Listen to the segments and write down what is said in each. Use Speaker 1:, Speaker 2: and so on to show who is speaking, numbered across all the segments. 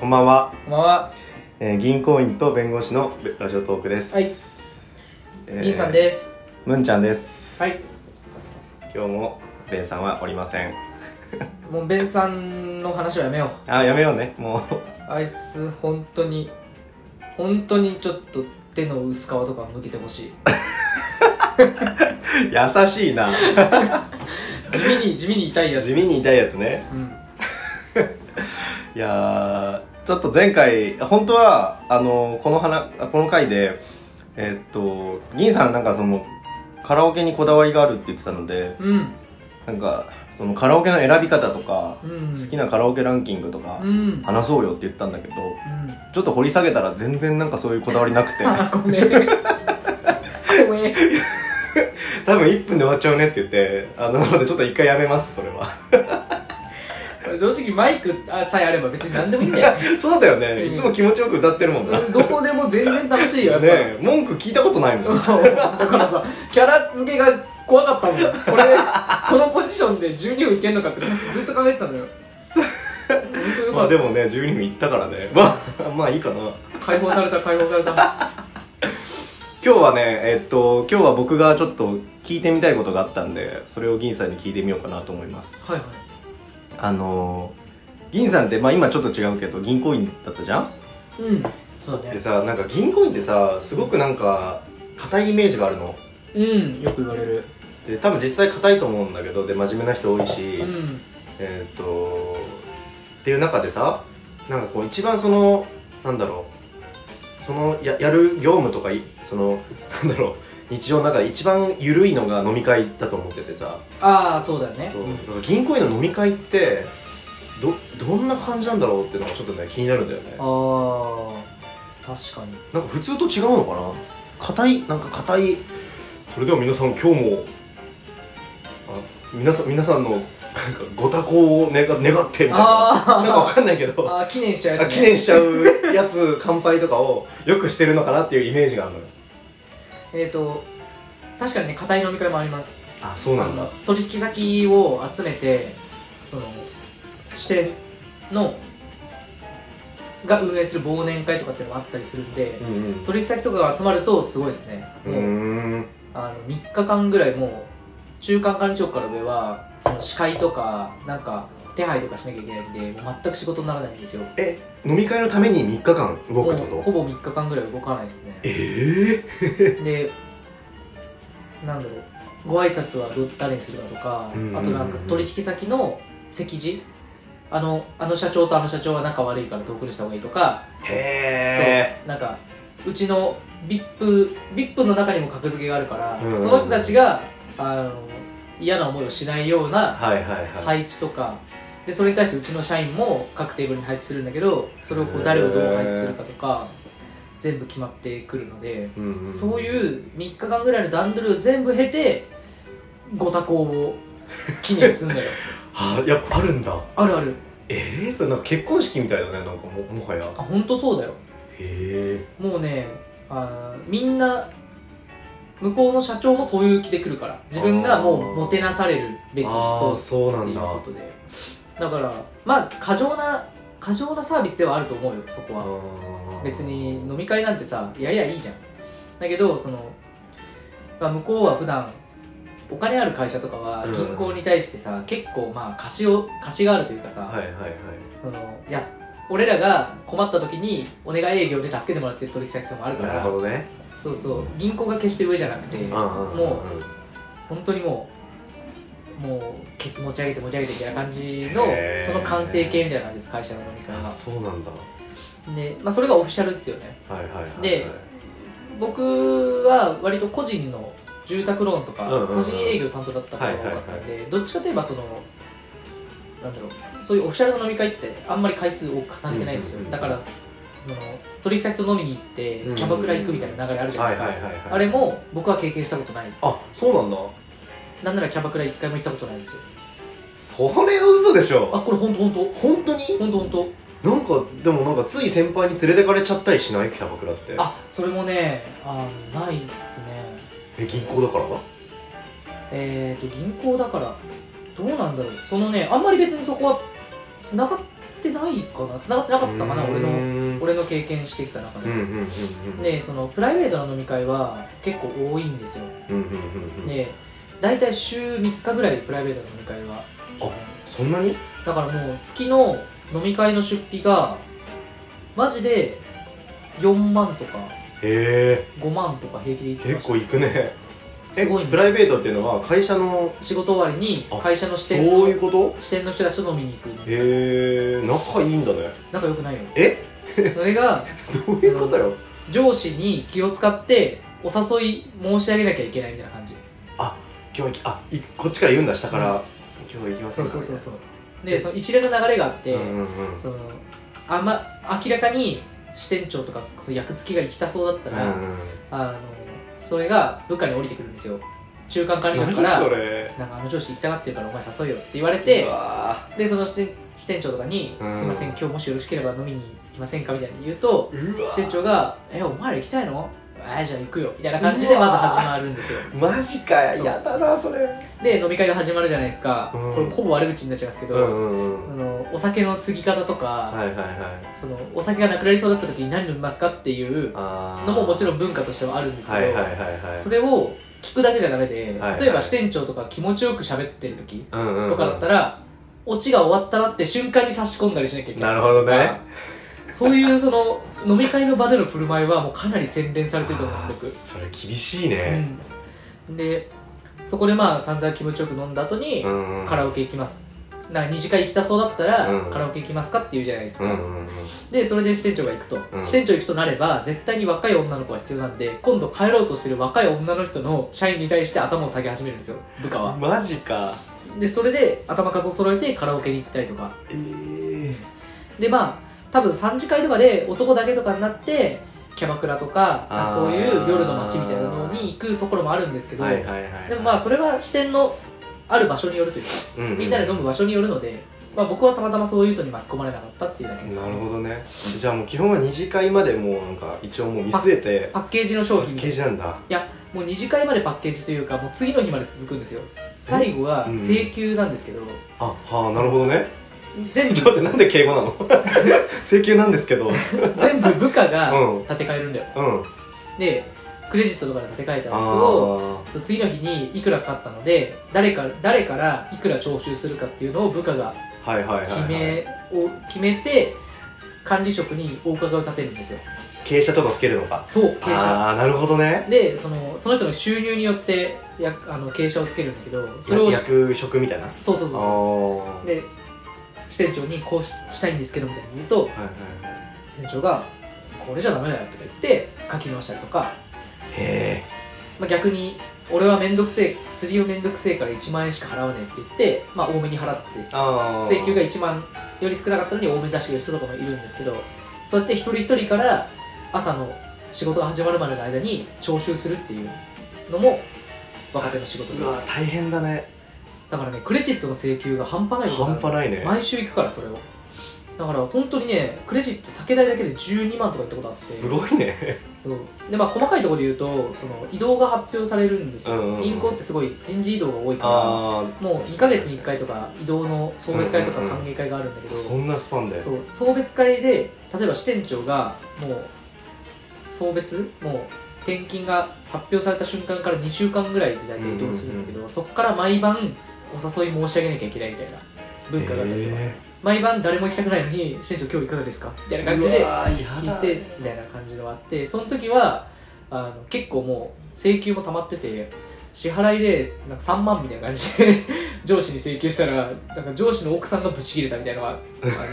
Speaker 1: こんばんは、
Speaker 2: こんばんは。
Speaker 1: えー銀行員と弁護士のラジオトークです
Speaker 2: はい
Speaker 1: えー
Speaker 2: 銀さんです。
Speaker 1: むんちゃんです
Speaker 2: はい。
Speaker 1: 今日もベンさんはおりません
Speaker 2: もうベンさんの話はやめよう。
Speaker 1: あやめよう ねも
Speaker 2: あいつ本当に本当にちょっと手の薄皮とか向けてほしい。
Speaker 1: う優しい な
Speaker 2: 地味 に地味に痛いやつ。
Speaker 1: 地味に痛いやつね
Speaker 2: うん。
Speaker 1: いやーちょっと前回本当はあのこの話この回でえっと銀さんなんかそのカラオケにこだわりがあるって言ってたので
Speaker 2: うん。
Speaker 1: なんかそのカラオケの選び方とか、
Speaker 2: うん。
Speaker 1: 好きなカラオケランキングとか
Speaker 2: うん。うん。
Speaker 1: 話そうよって言ったんだけど、ちょっと掘り下げたら全然なんかそういうこだわりな くて
Speaker 2: あごめん。ごめん。
Speaker 1: 多分1分で終わっちゃうねって言ってあのなのでちょっと一回やめますそれ は
Speaker 2: 正直マイクさえあれば別に何でもいいんだ よね。
Speaker 1: そうだよね、
Speaker 2: うん
Speaker 1: いつも気持ちよく歌ってるもんな、
Speaker 2: どこでも全然楽しいよやっぱり。
Speaker 1: ねえ文句聞いたことないもん
Speaker 2: だからさキャラ付けが怖かったもんこれこのポジションで12分いけんのかってずっと考えてたんだよ本当よ
Speaker 1: ま
Speaker 2: か
Speaker 1: あ
Speaker 2: った
Speaker 1: でもね12分いったからねまあまあいいかな
Speaker 2: 解放された解放された
Speaker 1: 今日はねえっと今日は僕がちょっと聞いてみたいことがあったんでそれを銀さんに聞いてみようかなと思います
Speaker 2: はいはい
Speaker 1: あのー、銀さんってまあ今ちょっと違うけど銀行員だったじゃん
Speaker 2: うんそうだ
Speaker 1: で
Speaker 2: ね
Speaker 1: さなんか銀行員ってさすごくなんか硬いイメージがあるの
Speaker 2: うんよく言われる
Speaker 1: で多分実際硬いと思うんだけどで真面目な人多いし、
Speaker 2: うん
Speaker 1: えーっとっていう中でさなんかこう一番そのなんだろうそのややる業務とかいそのなんだろう日常の中で一番緩いのが飲み会だと思っててさ
Speaker 2: ああそうだよね
Speaker 1: そうだから銀行員の飲み会ってどどんな感じなんだろうっていうのがちょっとね気になるんだよね
Speaker 2: ああ確かに
Speaker 1: なんか普通と違うのかな硬いなんか硬いそれでは皆さん今日もあ皆さん皆さんのなんかご多幸を願願ってみたいな
Speaker 2: あ
Speaker 1: な
Speaker 2: ー
Speaker 1: んかわかんないけ ど
Speaker 2: ああ記念しちゃう
Speaker 1: あ
Speaker 2: やつ、ね、
Speaker 1: 記念しちゃうやつ乾杯とかをよくしてるのかなっていうイメージがあるのよ
Speaker 2: えっ、ー、と確かにね固い飲み会もあります
Speaker 1: あそうなんだ
Speaker 2: 取引先を集めてその支店のが運営する忘年会とかっていうのもあったりするんで
Speaker 1: うんうん
Speaker 2: 取引先とかが集まるとすごいですね
Speaker 1: う
Speaker 2: もう
Speaker 1: ーん
Speaker 2: あの3日間ぐらいもう中間管理職から上はその司会とかなんか手配とかしなきゃいけないんでもう全く仕事にならないんですよ
Speaker 1: え飲み会のために3日間動
Speaker 2: も
Speaker 1: く
Speaker 2: う
Speaker 1: ってこ
Speaker 2: ほ
Speaker 1: と
Speaker 2: ぼ3日間ぐらい動かないですね
Speaker 1: ええ
Speaker 2: でなんだろうご挨拶はど誰にするかとか、
Speaker 1: うんうんうんうん
Speaker 2: あとなんか取引先の席次あのあの社長とあの社長は仲悪いから遠くにした方がいいとか、
Speaker 1: へえ
Speaker 2: そうなんかうちの VIP, VIP の中にも格付けがあるから、
Speaker 1: うんうんうん
Speaker 2: その人たちがあの嫌な思いをしないような
Speaker 1: はいはいはい
Speaker 2: 配置とかでそれに対してうちの社員も各テーブルに配置するんだけどそれをこう誰をどう配置するかとか全部決まってくるので。
Speaker 1: うんん
Speaker 2: そういう3日間ぐらいの段取りを全部経てご多幸を記念すん だよ
Speaker 1: あやっぱあるんだ
Speaker 2: あるある
Speaker 1: ええそれなんか結婚式みたいだねなんかももはや
Speaker 2: あ本当そうだよ
Speaker 1: へ
Speaker 2: もうねあーみんな向こうの社長もそういう気で来るから自分がもうもてなされるべ
Speaker 1: え
Speaker 2: き
Speaker 1: あ
Speaker 2: 人
Speaker 1: あそうな
Speaker 2: ってい
Speaker 1: ん
Speaker 2: う
Speaker 1: だ
Speaker 2: ことでだからまあ過剰な過剰なサービスではあると思うよそこは
Speaker 1: あー
Speaker 2: 別に飲み会なんてさやりゃいいじゃんだけどその、まあ、向こうは普段お金ある会社とかは
Speaker 1: うん
Speaker 2: 銀行に対してさ、結構まあ貸しを貸しがあるというかさ、
Speaker 1: はいはいはい
Speaker 2: そのいや俺らが困った時にお願い営業で助けてもらってる取引先とかもあるか
Speaker 1: なる
Speaker 2: ら
Speaker 1: ほどね
Speaker 2: そうそう銀行が決して上じゃなくても本当にもうもうケツ持ち上げて持ち上げてみたいな感じの
Speaker 1: へー
Speaker 2: その完成形みたいな感じです会社の飲み会
Speaker 1: あ
Speaker 2: は
Speaker 1: そうなんだ
Speaker 2: で、まあ、それがオフィシャルですよね
Speaker 1: はいはいはいはい
Speaker 2: で僕は割と個人の住宅ローンとか
Speaker 1: うんうんうん
Speaker 2: 個人営業担当だったことが多かったんでどっちかといえばそのなんだろうそういうオフィシャルの飲み会ってあんまり回数多く重ねてないんです
Speaker 1: うんうんう
Speaker 2: よ
Speaker 1: ん
Speaker 2: だからその取引先と飲みに行って
Speaker 1: うんうん
Speaker 2: キャバクラ行くみたいな流れあるじゃな
Speaker 1: はいい
Speaker 2: です
Speaker 1: はい
Speaker 2: か
Speaker 1: はいはい
Speaker 2: あれも僕は経験したことない
Speaker 1: あそうなんだ
Speaker 2: なんならキャバクラ一回も行ったことないんですよ
Speaker 1: それは嘘でし
Speaker 2: あ
Speaker 1: ょ
Speaker 2: これ本当本当
Speaker 1: 本当に
Speaker 2: 本当本当
Speaker 1: なんかでもなんかつい先輩に連れてかれちゃったりしないキャバクラって
Speaker 2: あそれもねあないですね
Speaker 1: え銀行だから
Speaker 2: えー、と銀行だからどうなんだろうそのねあんまり別にそこはつながっってないかな繋がってなかったかな俺
Speaker 1: う
Speaker 2: の
Speaker 1: ん
Speaker 2: 俺の経験してきた中
Speaker 1: うん
Speaker 2: で、
Speaker 1: うんうんうん
Speaker 2: でそのプライベートの飲み会は結構多いんですよ、
Speaker 1: うんうんうんうん
Speaker 2: で大体週3日ぐらいプライベートの飲み会は
Speaker 1: そんなに
Speaker 2: だからもう月の飲み会の出費がマジで4万とか
Speaker 1: へ
Speaker 2: 5万とか平気でいっ
Speaker 1: え
Speaker 2: てま
Speaker 1: 結
Speaker 2: した
Speaker 1: 構いくねえ
Speaker 2: すごいん
Speaker 1: プ
Speaker 2: で
Speaker 1: ラ
Speaker 2: す
Speaker 1: イベートっていうのは会社の
Speaker 2: 仕事終わりに会社の支
Speaker 1: そ
Speaker 2: 店
Speaker 1: う
Speaker 2: の
Speaker 1: いうこと
Speaker 2: 支店の人たちと飲みに行く
Speaker 1: へえ仲いいんだね
Speaker 2: 仲良くないよ
Speaker 1: え
Speaker 2: それが
Speaker 1: どういうことよ
Speaker 2: 上司に気を使ってお誘い申し上げなきゃいけないみたいな感じ
Speaker 1: 今日行きあいこっちから言うんだ下から、今日行きませ
Speaker 2: そ
Speaker 1: ん
Speaker 2: う
Speaker 1: か
Speaker 2: そうそうそう
Speaker 1: え
Speaker 2: でその一連の流れがあって、
Speaker 1: うんうんうん
Speaker 2: そのあんま明らかに支店長とかその役付きが行きたそうだったら、
Speaker 1: うんうん
Speaker 2: あのそれが部下に降りてくるんですよ中間管理職
Speaker 1: 何
Speaker 2: から
Speaker 1: それ
Speaker 2: なんかあの上司行きたがってるからお前誘いよって言われ
Speaker 1: う
Speaker 2: て
Speaker 1: わ
Speaker 2: でその支店支店長とかに「
Speaker 1: うん
Speaker 2: すいません今日もしよろしければ飲みに行きませんか?」みたいに言うと
Speaker 1: ーうわ
Speaker 2: 支
Speaker 1: ー
Speaker 2: 店長が「えお前ら行きたいのあーじゃあ行くよ」みたいな感じでまず始まるんですよ
Speaker 1: マジか
Speaker 2: そ
Speaker 1: よ
Speaker 2: う
Speaker 1: やだなそれ
Speaker 2: で飲み会が始まるじゃないですか、
Speaker 1: うん
Speaker 2: これほぼ悪口になっちゃいますけど、
Speaker 1: うんうんうん
Speaker 2: あのお酒の継ぎ方とか、
Speaker 1: はいはいはい
Speaker 2: そのお酒がなくなりそうだった時に何飲みますかっていう
Speaker 1: あー
Speaker 2: のももちろん文化としてはあるんですけど、
Speaker 1: はいはいはいはい
Speaker 2: それを聞くだけじゃダメで、
Speaker 1: はいはい
Speaker 2: 例えば支店長とか気持ちよく喋ってる時
Speaker 1: うんうんうん
Speaker 2: とかだったら、オチが終わったなって瞬間に差し込んだりしなきゃいけない
Speaker 1: なるほどね
Speaker 2: そういうその飲み会の場での振る舞いはもうかなり洗練されてると思いま
Speaker 1: あー
Speaker 2: す
Speaker 1: それ厳しい
Speaker 2: 僕、
Speaker 1: ね
Speaker 2: うん、でそこでまあ散々気持ちよく飲んだ後に、
Speaker 1: うんうん
Speaker 2: カラオケ行きますなんか二次会行きたそうだったら、
Speaker 1: うん
Speaker 2: カラオケ行きますかって言うじゃないですか、
Speaker 1: うんうんうん
Speaker 2: でそれで支店長が行くと、
Speaker 1: うん
Speaker 2: 支店長行くとなれば絶対に若い女の子が必要なんで今度帰ろうとしてる若い女の人の社員に対して頭を下げ始めるんですよ部下は
Speaker 1: マジか
Speaker 2: でそれで頭数を揃えてカラオケに行ったりとか
Speaker 1: えー
Speaker 2: でまあ多分3次会とかで男だけとかになってキャバクラとかなんかそういう夜の街みたいなのに行くところもあるんですけど、
Speaker 1: はいはいはい
Speaker 2: でもまあそれは支店のある場所によるというか
Speaker 1: うんうん
Speaker 2: みんなで飲む場所によるので、まあ、僕はたまたまそういうのに巻き込まれなかったっていうだけです
Speaker 1: なるほどねじゃあもう基本は二次会までもうなんか一応もう見据えて
Speaker 2: パッケージの商
Speaker 1: パ
Speaker 2: 品
Speaker 1: ッ
Speaker 2: み
Speaker 1: ケ
Speaker 2: たい
Speaker 1: ージな
Speaker 2: な
Speaker 1: んだ
Speaker 2: もう2次会までパッケージというかもう次の日まで続くんですよ最後は
Speaker 1: うん
Speaker 2: 請求なんですけど、
Speaker 1: あはあなるほどね
Speaker 2: 全
Speaker 1: ちょっ
Speaker 2: 部
Speaker 1: と待ってなんで敬語なの 請求なんですけ どうん
Speaker 2: 全部部下 が
Speaker 1: うん
Speaker 2: 立て替えるんだよ
Speaker 1: あ
Speaker 2: でクレジットとかで立て替えたやつを
Speaker 1: あ
Speaker 2: そう次の日にいくらかかったので誰か誰からいくら徴収するかっていうのを部下が
Speaker 1: ーはいはいはい、
Speaker 2: 決
Speaker 1: はい、
Speaker 2: め,、を決めて管理職にお伺いを立てるんですよ
Speaker 1: 傾斜とかつけるのか
Speaker 2: そう経営者
Speaker 1: ああなるほどね
Speaker 2: でそのその人の収入によってやあの傾斜をつけるんだけどそれを
Speaker 1: や
Speaker 2: し
Speaker 1: 役職みたいなあ
Speaker 2: そうそうそう
Speaker 1: あ
Speaker 2: そ
Speaker 1: ー
Speaker 2: うで支店長にこうししたいんですけどみたいに言うと
Speaker 1: はいはいはい
Speaker 2: 支店長が「これじゃダメだよ」とか言って書き直したりとか、
Speaker 1: へ
Speaker 2: まあ、逆に「俺は面倒くせえ釣りを面倒くせえから1万円しか払わねえ」って言って、まあ、多めに払って
Speaker 1: えああ
Speaker 2: 請求が1万より少なかったのに多めに出してくる人とかもいるんですけどそうやって一人一人から朝の仕事が始まるまでの間に徴収するっていうのも若手の仕事で
Speaker 1: う
Speaker 2: す
Speaker 1: わ大変だね
Speaker 2: だからねクレジットの請求が半端ないことな
Speaker 1: 半
Speaker 2: の
Speaker 1: 端ないね
Speaker 2: 毎週行くからそれをだから本当にねクレジット酒代だけで12万とか行ったことあって
Speaker 1: すごい ね
Speaker 2: うんでまあ細かいところで言うとその移動が発表されるんです
Speaker 1: う
Speaker 2: よ、
Speaker 1: んうんうん
Speaker 2: 銀行ってすごい人事異動が多いか
Speaker 1: あ
Speaker 2: らもう2ヶ月に1回とか移動の送別会とか
Speaker 1: うんうんうん
Speaker 2: 歓迎会があるんだけ
Speaker 1: あ
Speaker 2: ど、
Speaker 1: そんなスパンで
Speaker 2: そう送別会で例えば支店長がもう送別もう転勤が発表された瞬間から2週間ぐらいで大体移動するんだけど、そこから毎晩お誘い申し上げなきゃいけないみたいな文化があったりとか、
Speaker 1: へ
Speaker 2: 毎晩誰も行きたくないのに「支店長今日いかがですか?」みた
Speaker 1: え
Speaker 2: いな感じで
Speaker 1: うわーや
Speaker 2: 聞
Speaker 1: だ
Speaker 2: いてみたいな感じのがあってその時はあの結構もう請求も溜まってて支払いでなんか3万みたいな感じで 上司に請求したらなんか上司の奥さんがブチ切れたみたいなのが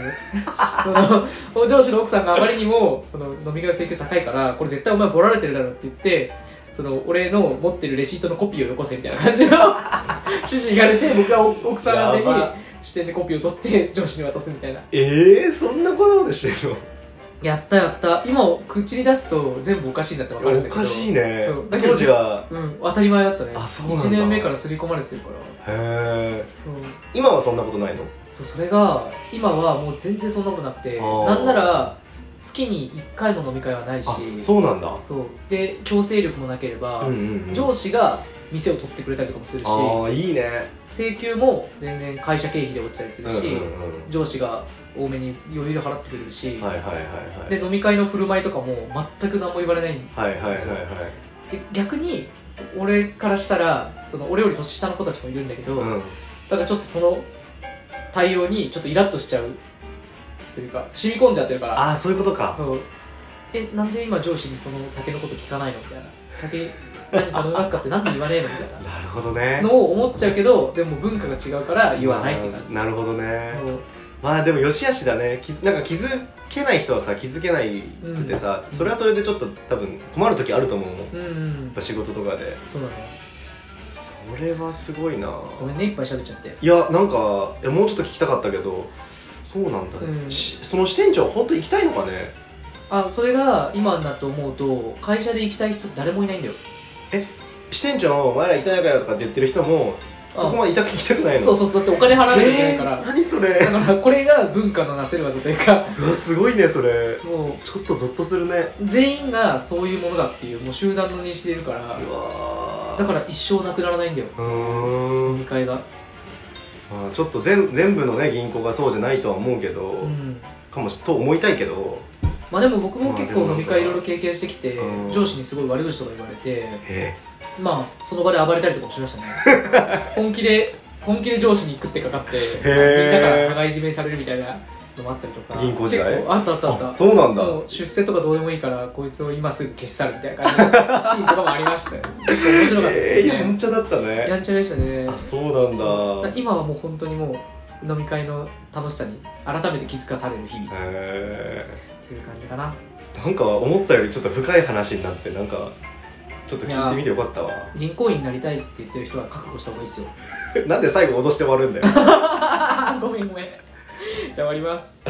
Speaker 2: あるその上司の奥さんがあまりにもその飲み会の請求高いからこれ絶対お前ボラれてるだろって言ってその俺の持ってるレシートのコピーをよこせみたいな感 じの指示が出て僕は奥さん宛てに
Speaker 1: やば
Speaker 2: 支店でコピーを取って上司に渡すみたいな
Speaker 1: ええそんなことまでしてるの
Speaker 2: やったやった今口に出すと全部おかしいんだって分かるんだ
Speaker 1: お
Speaker 2: けど
Speaker 1: かしいね
Speaker 2: そうだけど
Speaker 1: 当時は
Speaker 2: うん当たり前だったね
Speaker 1: あそうなんだ
Speaker 2: 1年目から刷り込まれてるから
Speaker 1: へえ
Speaker 2: そう
Speaker 1: 今はそんなことないの
Speaker 2: そうそれが今はもう全然そんなことなくて
Speaker 1: あー
Speaker 2: なんなら月に1回も飲み会はないし
Speaker 1: あそうなんだ
Speaker 2: そうで強制力もなければ、
Speaker 1: うんうんうん
Speaker 2: 上司が店を取ってくれたりとかもするし
Speaker 1: ああいいね
Speaker 2: 請求も全然会社経費で落ちたりするし、
Speaker 1: うんうんうん
Speaker 2: 上司が多めに余裕で払ってくれるし、
Speaker 1: はいはいはいはい
Speaker 2: で飲み会の振る舞いとかも全く何も言われないん
Speaker 1: はいはいはいはい
Speaker 2: で逆に俺からしたらその俺より年下の子たちもいるんだけど、
Speaker 1: うん
Speaker 2: だからちょっとその対応にちょっとイラッとしちゃうというか染み込んじゃってるから
Speaker 1: ああそういうことか
Speaker 2: そうえなんで今上司にその酒のこと聞かないのみたいな酒何頼みますかってなんで言わねえのみたいな
Speaker 1: なるほどね
Speaker 2: のを思っちゃうけどでも文化が違うから言わないって感じ
Speaker 1: なるほどね
Speaker 2: そう
Speaker 1: まあでもよしあしだねきなんか気づけない人はさ気づけないくてさ、
Speaker 2: うん
Speaker 1: それはそれでちょっと多分困る時あると思うのや
Speaker 2: うんうん
Speaker 1: っぱ仕事とかで
Speaker 2: そうだね
Speaker 1: それはすごいな
Speaker 2: ごめんねいっぱい喋っちゃって
Speaker 1: いやなんかいやもうちょっと聞きたかったけどそうなんだね、
Speaker 2: うん
Speaker 1: しその支店長本当に行きたいのかね
Speaker 2: あそれが今になって思うと会社で行きたい人誰もいないんだよ
Speaker 1: 支店長お前ら行きたいからとかって言ってる人も
Speaker 2: あ
Speaker 1: そこまで痛く行きたくないの
Speaker 2: そうそうそうだってお金払わなきゃいけないから、
Speaker 1: えー何それ
Speaker 2: だからこれが文化のなせる技というか
Speaker 1: うわすごいねそれ
Speaker 2: そう
Speaker 1: ちょっとゾッとするね
Speaker 2: 全員がそういうものだっていうもう集団の認識でいるから
Speaker 1: うわー
Speaker 2: だから一生なくならないんだよ
Speaker 1: うーん
Speaker 2: 飲み会が
Speaker 1: まあ、ちょっと全全部のね銀行がそうじゃないとは思うけど、
Speaker 2: うん
Speaker 1: かもしと思いたいけど
Speaker 2: まあでも僕も結構
Speaker 1: まあでも
Speaker 2: 飲み会いろいろ経験してきて
Speaker 1: うん
Speaker 2: 上司にすごい悪口とか言われて
Speaker 1: え
Speaker 2: まあその場で暴れたりとかもしましたね 本気で本気で上司に食ってかかって
Speaker 1: ー
Speaker 2: みんなから互い締めされるみたいなのもあったりとか
Speaker 1: 銀行時代
Speaker 2: 結構あったあったあった
Speaker 1: そうなんだ
Speaker 2: もう出世とかどうでもいいからこいつを今すぐ消し去るみたいな感じのシーンとかもありましたよ面白かったで
Speaker 1: え
Speaker 2: す
Speaker 1: ー、
Speaker 2: よ
Speaker 1: や
Speaker 2: ね
Speaker 1: んちゃだったね
Speaker 2: やんちゃでしたね
Speaker 1: あそうなん
Speaker 2: そう
Speaker 1: だへ
Speaker 2: 今はもう本当にもう飲み会の楽しさに改めて気づかされる日々っ
Speaker 1: え
Speaker 2: ていう感じかな
Speaker 1: ー、なんか思ったよりちょっと深い話になってなんかちょっと聞いてみてよかったわ
Speaker 2: 銀行員になりたいって言ってる人は覚悟した方がいい っすよ
Speaker 1: なんで最後脅して終わるんだよ
Speaker 2: ごめんごめんじゃあ終わります